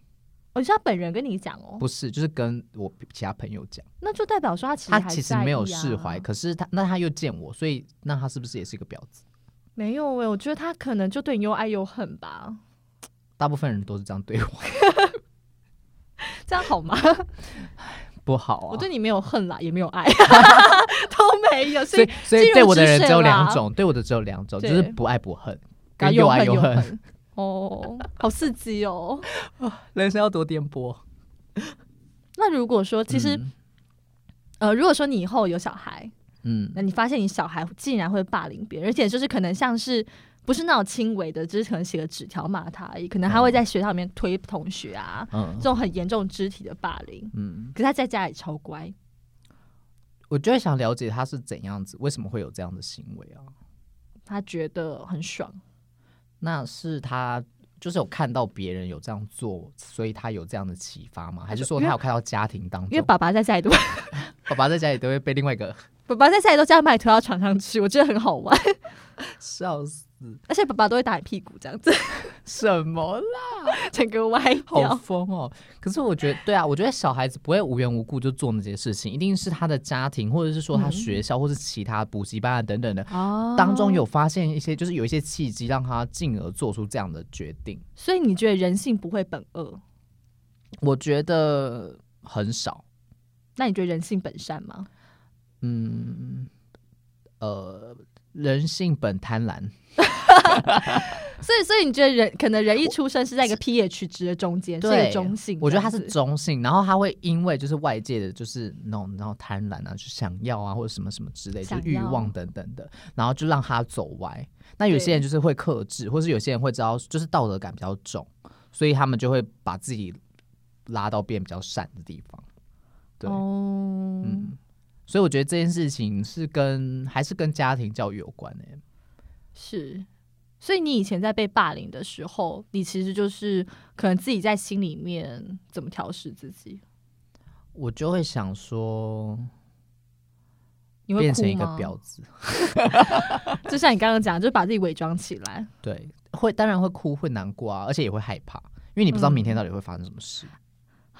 [SPEAKER 1] 哦，是他本人跟你讲哦，
[SPEAKER 2] 不是，就是跟我其他朋友讲，
[SPEAKER 1] 那就代表说他其实
[SPEAKER 2] 他
[SPEAKER 1] 还
[SPEAKER 2] 其实
[SPEAKER 1] 在
[SPEAKER 2] 没有
[SPEAKER 1] 意啊
[SPEAKER 2] 释怀，可是他那他又见我，所以那他是不是也是一个婊子？
[SPEAKER 1] 没有哎、我觉得他可能就对你又爱又恨吧。
[SPEAKER 2] 大部分人都是这样对我，
[SPEAKER 1] 这样好吗？啊
[SPEAKER 2] 不好啊。
[SPEAKER 1] 我对你没有恨啦，也没有 爱，都没有，
[SPEAKER 2] 所
[SPEAKER 1] 所
[SPEAKER 2] 以
[SPEAKER 1] 以
[SPEAKER 2] 所以
[SPEAKER 1] 进入
[SPEAKER 2] 对我的
[SPEAKER 1] 知
[SPEAKER 2] 人只
[SPEAKER 1] 识
[SPEAKER 2] 有
[SPEAKER 1] 了
[SPEAKER 2] 两种，对我的只有两种，就是
[SPEAKER 1] 啊对
[SPEAKER 2] 不爱不恨，
[SPEAKER 1] 啊
[SPEAKER 2] 跟
[SPEAKER 1] 又
[SPEAKER 2] 爱
[SPEAKER 1] 恨
[SPEAKER 2] 又
[SPEAKER 1] 又
[SPEAKER 2] 恨。
[SPEAKER 1] 恨。哦，好刺激哦！
[SPEAKER 2] 人生要多颠簸。
[SPEAKER 1] 那如果说，其实、呃，如果说你以后有小孩，
[SPEAKER 2] 嗯，嗯
[SPEAKER 1] 那你发现你小孩竟然会霸凌别人，而且就是可能像是呃不是那种轻微的，只是可能写个纸条骂他而已，可能他会在学校里面推同学啊，这
[SPEAKER 2] 嗯
[SPEAKER 1] 种很严重肢体的霸凌。
[SPEAKER 2] 嗯。
[SPEAKER 1] 可是他在家里超乖，
[SPEAKER 2] 我就会想了解他是怎样子，为什么会有这样的行为啊？
[SPEAKER 1] 他觉得很爽。
[SPEAKER 2] 那是他就是有看到别人有这样做，所以他有这样的启发吗？还是说
[SPEAKER 1] 因为
[SPEAKER 2] 他有看到家庭当
[SPEAKER 1] 因为
[SPEAKER 2] 中，
[SPEAKER 1] 爸爸在家里都，
[SPEAKER 2] 爸爸在家里都会被另外一个
[SPEAKER 1] 爸爸在家里都这样把你推到床上去，我觉得很好玩。
[SPEAKER 2] 笑死？子，
[SPEAKER 1] 而且爸爸都会打你屁股这样子，
[SPEAKER 2] 什么啦，
[SPEAKER 1] 整个歪
[SPEAKER 2] 好
[SPEAKER 1] 掉。
[SPEAKER 2] 疯哦！可是我觉得，对啊，我觉得小孩子不会无缘无故就做那些事情，一定是他的家庭，或者是说他
[SPEAKER 1] 嗯
[SPEAKER 2] 学校，或是其他补习班啊等等的。
[SPEAKER 1] 哦
[SPEAKER 2] 当中有，发现一些，就是有一些契机，让他进而做出这样的决定。
[SPEAKER 1] 所以你觉得人性不会本恶？
[SPEAKER 2] 我觉得很少，
[SPEAKER 1] 那你觉得人性本善吗？
[SPEAKER 2] 嗯，呃，人性本贪婪，
[SPEAKER 1] 所以，所以你觉得人可能人一出生是在一个 pH 值的中间，是一个
[SPEAKER 2] 对
[SPEAKER 1] 中性这样子。
[SPEAKER 2] 我觉得他是中性，然后他会因为就是外界的，就是那种那种贪婪啊，就想要啊，或者什么什么之类，就
[SPEAKER 1] 想
[SPEAKER 2] 是
[SPEAKER 1] 要
[SPEAKER 2] 欲望等等的，然后就让他走歪。那有些
[SPEAKER 1] 对
[SPEAKER 2] 人就是会克制，或是有些人会知道，就是道德感比较重，所以他们就会把自己拉到变比较善的地方。对，
[SPEAKER 1] 哦，
[SPEAKER 2] 嗯，所以我觉得这件事情是跟还是跟家庭教育有关欸诶、
[SPEAKER 1] 是。所以你以前在被霸凌的时候，你其实就是可能自己在心里面怎么调试自己，
[SPEAKER 2] 我就会想说，
[SPEAKER 1] 你会
[SPEAKER 2] 变
[SPEAKER 1] 哭
[SPEAKER 2] 成一个
[SPEAKER 1] 吗
[SPEAKER 2] 婊子，
[SPEAKER 1] 就像你刚刚讲，就把自己伪装起来。
[SPEAKER 2] 对，会当然会哭，会难过啊，而且也会害怕，因为你不知道
[SPEAKER 1] 嗯
[SPEAKER 2] 明天到底会发生什么事。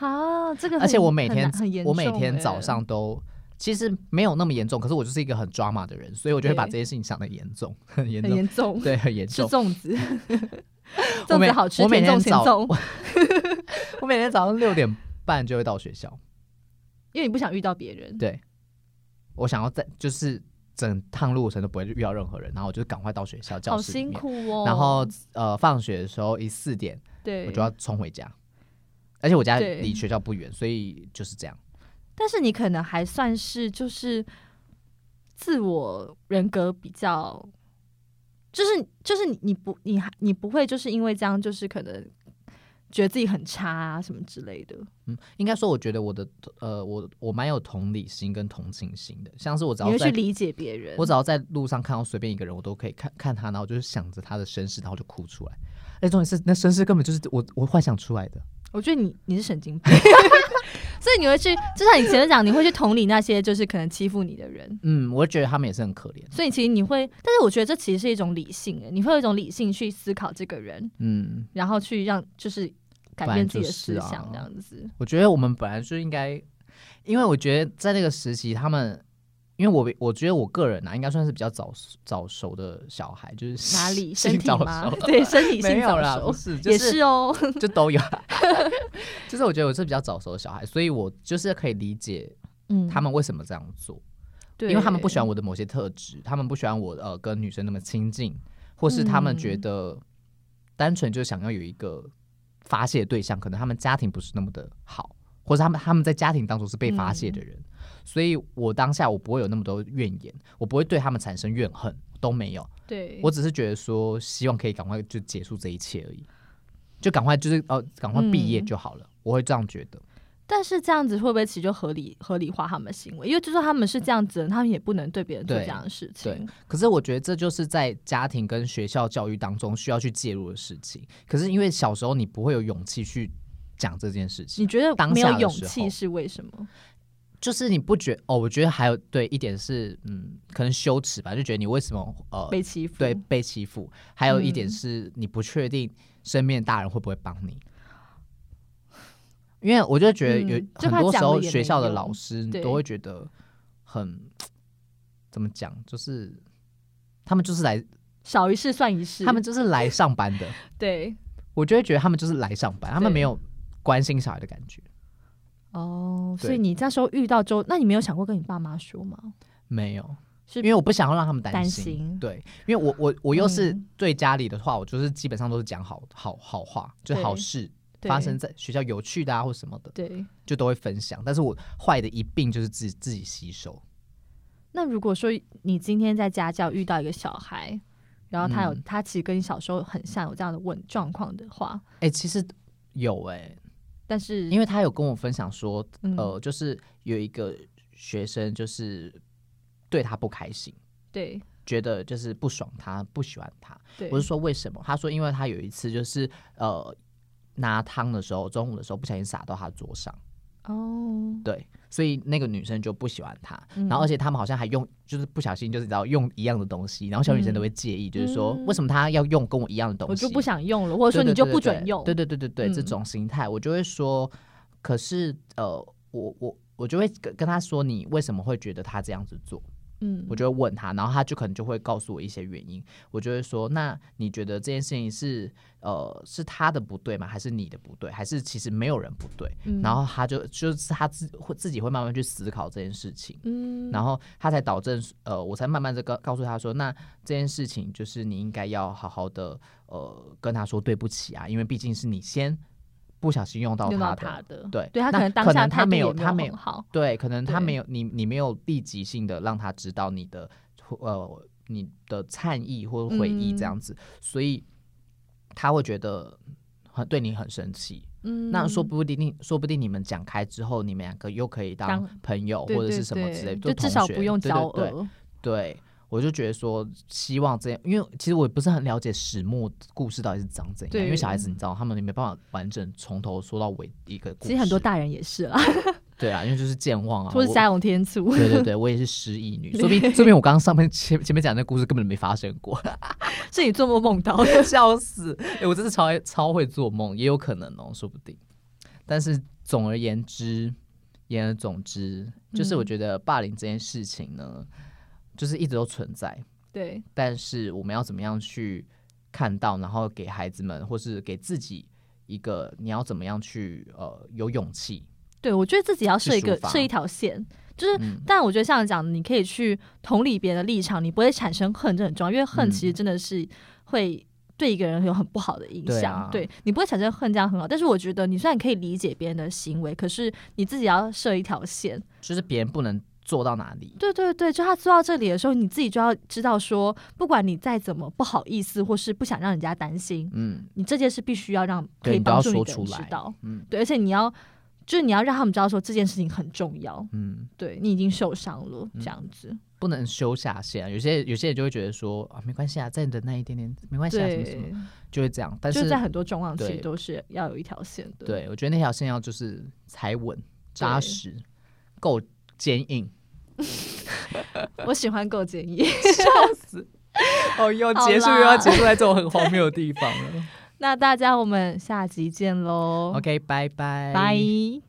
[SPEAKER 1] 啊，这个
[SPEAKER 2] 而且
[SPEAKER 1] 很
[SPEAKER 2] 我每
[SPEAKER 1] 很
[SPEAKER 2] 天
[SPEAKER 1] 难很严
[SPEAKER 2] 我每
[SPEAKER 1] 重
[SPEAKER 2] 天
[SPEAKER 1] 欸
[SPEAKER 2] 早上都其实没有那么严重，可是我就是一个很抓马的人，所以我就会把这
[SPEAKER 1] 对
[SPEAKER 2] 件事情想的严重，很严
[SPEAKER 1] 很
[SPEAKER 2] 重，
[SPEAKER 1] 严重，
[SPEAKER 2] 对，很严
[SPEAKER 1] 吃
[SPEAKER 2] 重。
[SPEAKER 1] 粽子，
[SPEAKER 2] 我
[SPEAKER 1] 粽
[SPEAKER 2] 每
[SPEAKER 1] 子好吃，
[SPEAKER 2] 我每
[SPEAKER 1] 甜
[SPEAKER 2] 天
[SPEAKER 1] 粽咸
[SPEAKER 2] 早
[SPEAKER 1] 粽，
[SPEAKER 2] 我每天早上六点半就会到学校，
[SPEAKER 1] 因为你不想遇到别人。
[SPEAKER 2] 对，我想要在就是整趟路程都不会遇到任何人，然后我就赶快到学校教
[SPEAKER 1] 好
[SPEAKER 2] 室里
[SPEAKER 1] 辛
[SPEAKER 2] 面，
[SPEAKER 1] 苦哦。
[SPEAKER 2] 然后呃放学的时候一四点
[SPEAKER 1] 对，
[SPEAKER 2] 我就要冲回家，而且我家
[SPEAKER 1] 对
[SPEAKER 2] 离学校不远，所以就是这样。
[SPEAKER 1] 但是你可能还算是就是自我人格比较，就是就是你你不你还你不会就是因为这样就是可能觉得自己很差啊什么之类的。
[SPEAKER 2] 嗯，应该说我觉得我的呃我我蛮有同理心跟同情心的，像是我只
[SPEAKER 1] 你
[SPEAKER 2] 要
[SPEAKER 1] 会去
[SPEAKER 2] 在
[SPEAKER 1] 理解别人，
[SPEAKER 2] 我只要在路上看到随便一个人，我都可以看看他，然后就是想着他的身世，然后就哭出来。哎，重点是那身世根本就是我我幻想出来的。
[SPEAKER 1] 我觉得你你是神经病， 所以你会去，就像你前面讲，你会去同理那些就是可能欺负你的人。
[SPEAKER 2] 嗯，我觉得他们也是很可怜。
[SPEAKER 1] 所以其实你会，但是我觉得这其实是一种理性，诶，你会有一种理性去思考这个人，
[SPEAKER 2] 嗯，
[SPEAKER 1] 然后去让就是改
[SPEAKER 2] 本来
[SPEAKER 1] 变自己
[SPEAKER 2] 就
[SPEAKER 1] 的
[SPEAKER 2] 是
[SPEAKER 1] 思
[SPEAKER 2] 啊
[SPEAKER 1] 想，这样子。
[SPEAKER 2] 我觉得我们本来就应该，因为我觉得在那个时期，他们，因为我我觉得我个人啊，应该算是比较早早熟的小孩，就是
[SPEAKER 1] 哪里 身
[SPEAKER 2] 性
[SPEAKER 1] 体
[SPEAKER 2] 早
[SPEAKER 1] 吗
[SPEAKER 2] 熟？
[SPEAKER 1] 对，身体 性
[SPEAKER 2] 没有
[SPEAKER 1] 早
[SPEAKER 2] 啦，
[SPEAKER 1] 熟
[SPEAKER 2] 不是，就
[SPEAKER 1] 也是哦。
[SPEAKER 2] 就都有。 就是我觉得我是比较早熟的小孩，所以我就是可以理解
[SPEAKER 1] 嗯
[SPEAKER 2] 他们为什么这样做，
[SPEAKER 1] 对，
[SPEAKER 2] 因为他们不喜欢我的某些特质，他们不喜欢我呃跟女生那么亲近，或是他们觉
[SPEAKER 1] 嗯
[SPEAKER 2] 得单纯就想要有一个发泄对象，可能他们家庭不是那么的好，或者他们他们在家庭当中是被发泄的人，
[SPEAKER 1] 嗯
[SPEAKER 2] 所以我当下我不会有那么多怨言，我不会对他们产生怨恨，都没有。
[SPEAKER 1] 对，
[SPEAKER 2] 我只是觉得说，希望可以赶快就结束这一切而已，就赶快就是呃，赶快毕业
[SPEAKER 1] 嗯
[SPEAKER 2] 就好了。我会这样觉得，
[SPEAKER 1] 但是这样子会不会其实就合理合理化他们的行为？因为就算他们是这样子的人，他们也不能对别人做
[SPEAKER 2] 对
[SPEAKER 1] 这样的事
[SPEAKER 2] 对
[SPEAKER 1] 情。。
[SPEAKER 2] 可是我觉得这就是在家庭跟学校教育当中需要去介入的事情。可是因为小时候你不会有勇气去讲这件事
[SPEAKER 1] 你
[SPEAKER 2] 情，
[SPEAKER 1] 觉得
[SPEAKER 2] 当
[SPEAKER 1] 没有
[SPEAKER 2] 下的
[SPEAKER 1] 勇
[SPEAKER 2] 时
[SPEAKER 1] 气
[SPEAKER 2] 候
[SPEAKER 1] 是为什么？
[SPEAKER 2] 就是你不觉哦？我觉得还有对一点是，嗯，可能羞耻吧，就觉得你为什么呃
[SPEAKER 1] 被欺负？
[SPEAKER 2] 对被欺负，还有一点
[SPEAKER 1] 嗯
[SPEAKER 2] 是你不确定身边的大人会不会帮你，因为我就觉得有、
[SPEAKER 1] 嗯就怕
[SPEAKER 2] 很多时
[SPEAKER 1] 讲了
[SPEAKER 2] 候
[SPEAKER 1] 也
[SPEAKER 2] 学
[SPEAKER 1] 没
[SPEAKER 2] 校的
[SPEAKER 1] 用
[SPEAKER 2] 老师
[SPEAKER 1] 对
[SPEAKER 2] 都会觉得很怎么讲，就是他们就是来
[SPEAKER 1] 少一事算一事。
[SPEAKER 2] 他们就是来上班 的，
[SPEAKER 1] 对
[SPEAKER 2] 我就会觉得他们就是来上班，他们
[SPEAKER 1] 对
[SPEAKER 2] 没有关心小孩的感觉，
[SPEAKER 1] 哦，
[SPEAKER 2] 对
[SPEAKER 1] 所以你那时候遇到之后，那你没有想过跟你爸妈说吗？
[SPEAKER 2] 没有。
[SPEAKER 1] 是
[SPEAKER 2] 因为我不想要让他们担
[SPEAKER 1] 担
[SPEAKER 2] 心，
[SPEAKER 1] 心
[SPEAKER 2] 对，因为我我我又是
[SPEAKER 1] 嗯
[SPEAKER 2] 对家里的话，我就是基本上都是讲好好好话，就是好
[SPEAKER 1] 对
[SPEAKER 2] 事，
[SPEAKER 1] 对
[SPEAKER 2] 发生在学校有趣的啊或什么的，
[SPEAKER 1] 对。
[SPEAKER 2] 就都会分享。但是我坏的一并就是自己自己吸收。
[SPEAKER 1] 那如果说你今天在家教遇到一个小孩，然后他有、
[SPEAKER 2] 嗯
[SPEAKER 1] 他其实跟你小时候很像有这样的问状况的话，
[SPEAKER 2] 哎、其实有哎、
[SPEAKER 1] 但是
[SPEAKER 2] 因为他有跟我分享说，
[SPEAKER 1] 嗯
[SPEAKER 2] 呃，就是有一个学生就是对他不开心，
[SPEAKER 1] 对
[SPEAKER 2] 觉得就是不爽他，不喜欢他。
[SPEAKER 1] 对，
[SPEAKER 2] 我是说为什么？他说因为他有一次就是呃拿汤的时候，中午的时候不小心洒到他桌上，
[SPEAKER 1] 哦，
[SPEAKER 2] 对，所以那个女生就不喜欢他，然后而且他们好像还用，就是不小心就是知道用一样的东西，然后小女生都会介意，就是说
[SPEAKER 1] 嗯
[SPEAKER 2] 为什么他要用跟我一样的东西，
[SPEAKER 1] 我就不想用了，或
[SPEAKER 2] 对
[SPEAKER 1] 者说
[SPEAKER 2] 对
[SPEAKER 1] 你就
[SPEAKER 2] 对
[SPEAKER 1] 不
[SPEAKER 2] 对
[SPEAKER 1] 准用。
[SPEAKER 2] 对对对对对，这
[SPEAKER 1] 嗯
[SPEAKER 2] 种心态我就会说，可是呃，我我我就会跟跟他说，你为什么会觉得他这样子做？
[SPEAKER 1] 嗯，
[SPEAKER 2] 我就会问他，然后他就可能就会告诉我一些原因，我就会说，那你觉得这件事情是呃是他的不对吗？还是你的不对？还是其实没有人不对？
[SPEAKER 1] 嗯
[SPEAKER 2] 然后他就就是他自会自己会慢慢去思考这件事情。
[SPEAKER 1] 嗯，
[SPEAKER 2] 然后他才导正，呃，我才慢慢的告告诉他说，那这件事情就是你应该要好好的，呃，跟他说对不起啊，因为毕竟是你先不小心用到
[SPEAKER 1] 用
[SPEAKER 2] 他
[SPEAKER 1] 到
[SPEAKER 2] 的，
[SPEAKER 1] 他的，
[SPEAKER 2] 对
[SPEAKER 1] 对他
[SPEAKER 2] 那
[SPEAKER 1] 可能当
[SPEAKER 2] 可
[SPEAKER 1] 下
[SPEAKER 2] 能他
[SPEAKER 1] 态度
[SPEAKER 2] 没
[SPEAKER 1] 也
[SPEAKER 2] 有他没
[SPEAKER 1] 很
[SPEAKER 2] 有
[SPEAKER 1] 好，
[SPEAKER 2] 对，可能他
[SPEAKER 1] 对
[SPEAKER 2] 没有你，你没有立即性的让他知道你的呃你的善意或悔意这样子，
[SPEAKER 1] 嗯
[SPEAKER 2] 所以他会觉得很对你很生气。
[SPEAKER 1] 嗯，
[SPEAKER 2] 那说不定，说不定你们讲开之后，你们两个又可以当
[SPEAKER 1] 当
[SPEAKER 2] 朋友
[SPEAKER 1] 对
[SPEAKER 2] 或者
[SPEAKER 1] 对
[SPEAKER 2] 是什么之
[SPEAKER 1] 对
[SPEAKER 2] 类，
[SPEAKER 1] 就
[SPEAKER 2] 做
[SPEAKER 1] 至
[SPEAKER 2] 同
[SPEAKER 1] 少
[SPEAKER 2] 学
[SPEAKER 1] 不用
[SPEAKER 2] 对
[SPEAKER 1] 交
[SPEAKER 2] 对对
[SPEAKER 1] 恶，
[SPEAKER 2] 对，我就觉得说，希望这样，因为其实我也不是很了解始末故事到底是长怎样，因为
[SPEAKER 1] 对
[SPEAKER 2] 小孩子你知道，他们也没办法完整从头说到尾一个故事。
[SPEAKER 1] 其实很多大人也是啦，
[SPEAKER 2] 对啊，因为就是健忘啊，
[SPEAKER 1] 或是
[SPEAKER 2] 我
[SPEAKER 1] 家有天醋，
[SPEAKER 2] 对对对，我也是失忆女，说不定说不定我刚刚上面前前面讲的那故事根本没发生过，
[SPEAKER 1] 是你做梦梦到 的。
[SPEAKER 2] 笑死！哎、我真是超爱超会做梦，也有可能哦，说不定。但是总而言之，言而总之，就是我
[SPEAKER 1] 嗯
[SPEAKER 2] 觉得霸凌这件事情呢，就是一直都存在，
[SPEAKER 1] 对，
[SPEAKER 2] 但是我们要怎么样去看到，然后给孩子们或是给自己一个你要怎么样去呃有勇气，
[SPEAKER 1] 对，我觉得自己要
[SPEAKER 2] 去
[SPEAKER 1] 设一
[SPEAKER 2] 抒
[SPEAKER 1] 个
[SPEAKER 2] 发
[SPEAKER 1] 设一条线，就是，
[SPEAKER 2] 嗯
[SPEAKER 1] 但我觉得像你讲的，你可以去同理别人的立场，你不会产生恨，这很重要，因为恨
[SPEAKER 2] 嗯
[SPEAKER 1] 其实真的是会。对一个人有很不好的影
[SPEAKER 2] 对
[SPEAKER 1] 响，
[SPEAKER 2] 啊
[SPEAKER 1] 对,、你不会产生恨，这样很好。但是我觉得你虽然可以理解别人的行为，可是你自己要设一条线，
[SPEAKER 2] 就是别人不能做到哪里。
[SPEAKER 1] 对对对，就他做到这里的时候，你自己就要知道说，不管你再怎么不好意思，或是不想让人家担心，
[SPEAKER 2] 嗯
[SPEAKER 1] 你这件事必须要让可
[SPEAKER 2] 对
[SPEAKER 1] 以
[SPEAKER 2] 你都要
[SPEAKER 1] 帮助你
[SPEAKER 2] 说
[SPEAKER 1] 的人
[SPEAKER 2] 出
[SPEAKER 1] 知
[SPEAKER 2] 来
[SPEAKER 1] 道。
[SPEAKER 2] 嗯
[SPEAKER 1] 对，而且你要，就是你要让他们知道说这件事情很重要，
[SPEAKER 2] 嗯，
[SPEAKER 1] 对你已经受伤了，这
[SPEAKER 2] 嗯
[SPEAKER 1] 样子。
[SPEAKER 2] 不能修下限啊。有些有些人就会觉得说啊，没关系啊，再忍耐一点点，没关系啊，什么什么
[SPEAKER 1] 对，，
[SPEAKER 2] 就会这样。但
[SPEAKER 1] 就是在很多状况其实
[SPEAKER 2] 对
[SPEAKER 1] 都是要有一条线的。，
[SPEAKER 2] 对我觉得那条线要就是踩稳、扎实、够坚硬。
[SPEAKER 1] 我喜欢够建 议。
[SPEAKER 2] 哦，要
[SPEAKER 1] 结束又要结
[SPEAKER 2] 束在这种很荒谬的地方了。
[SPEAKER 1] 那大家我们下集见喽，
[SPEAKER 2] OK，拜拜，
[SPEAKER 1] 拜。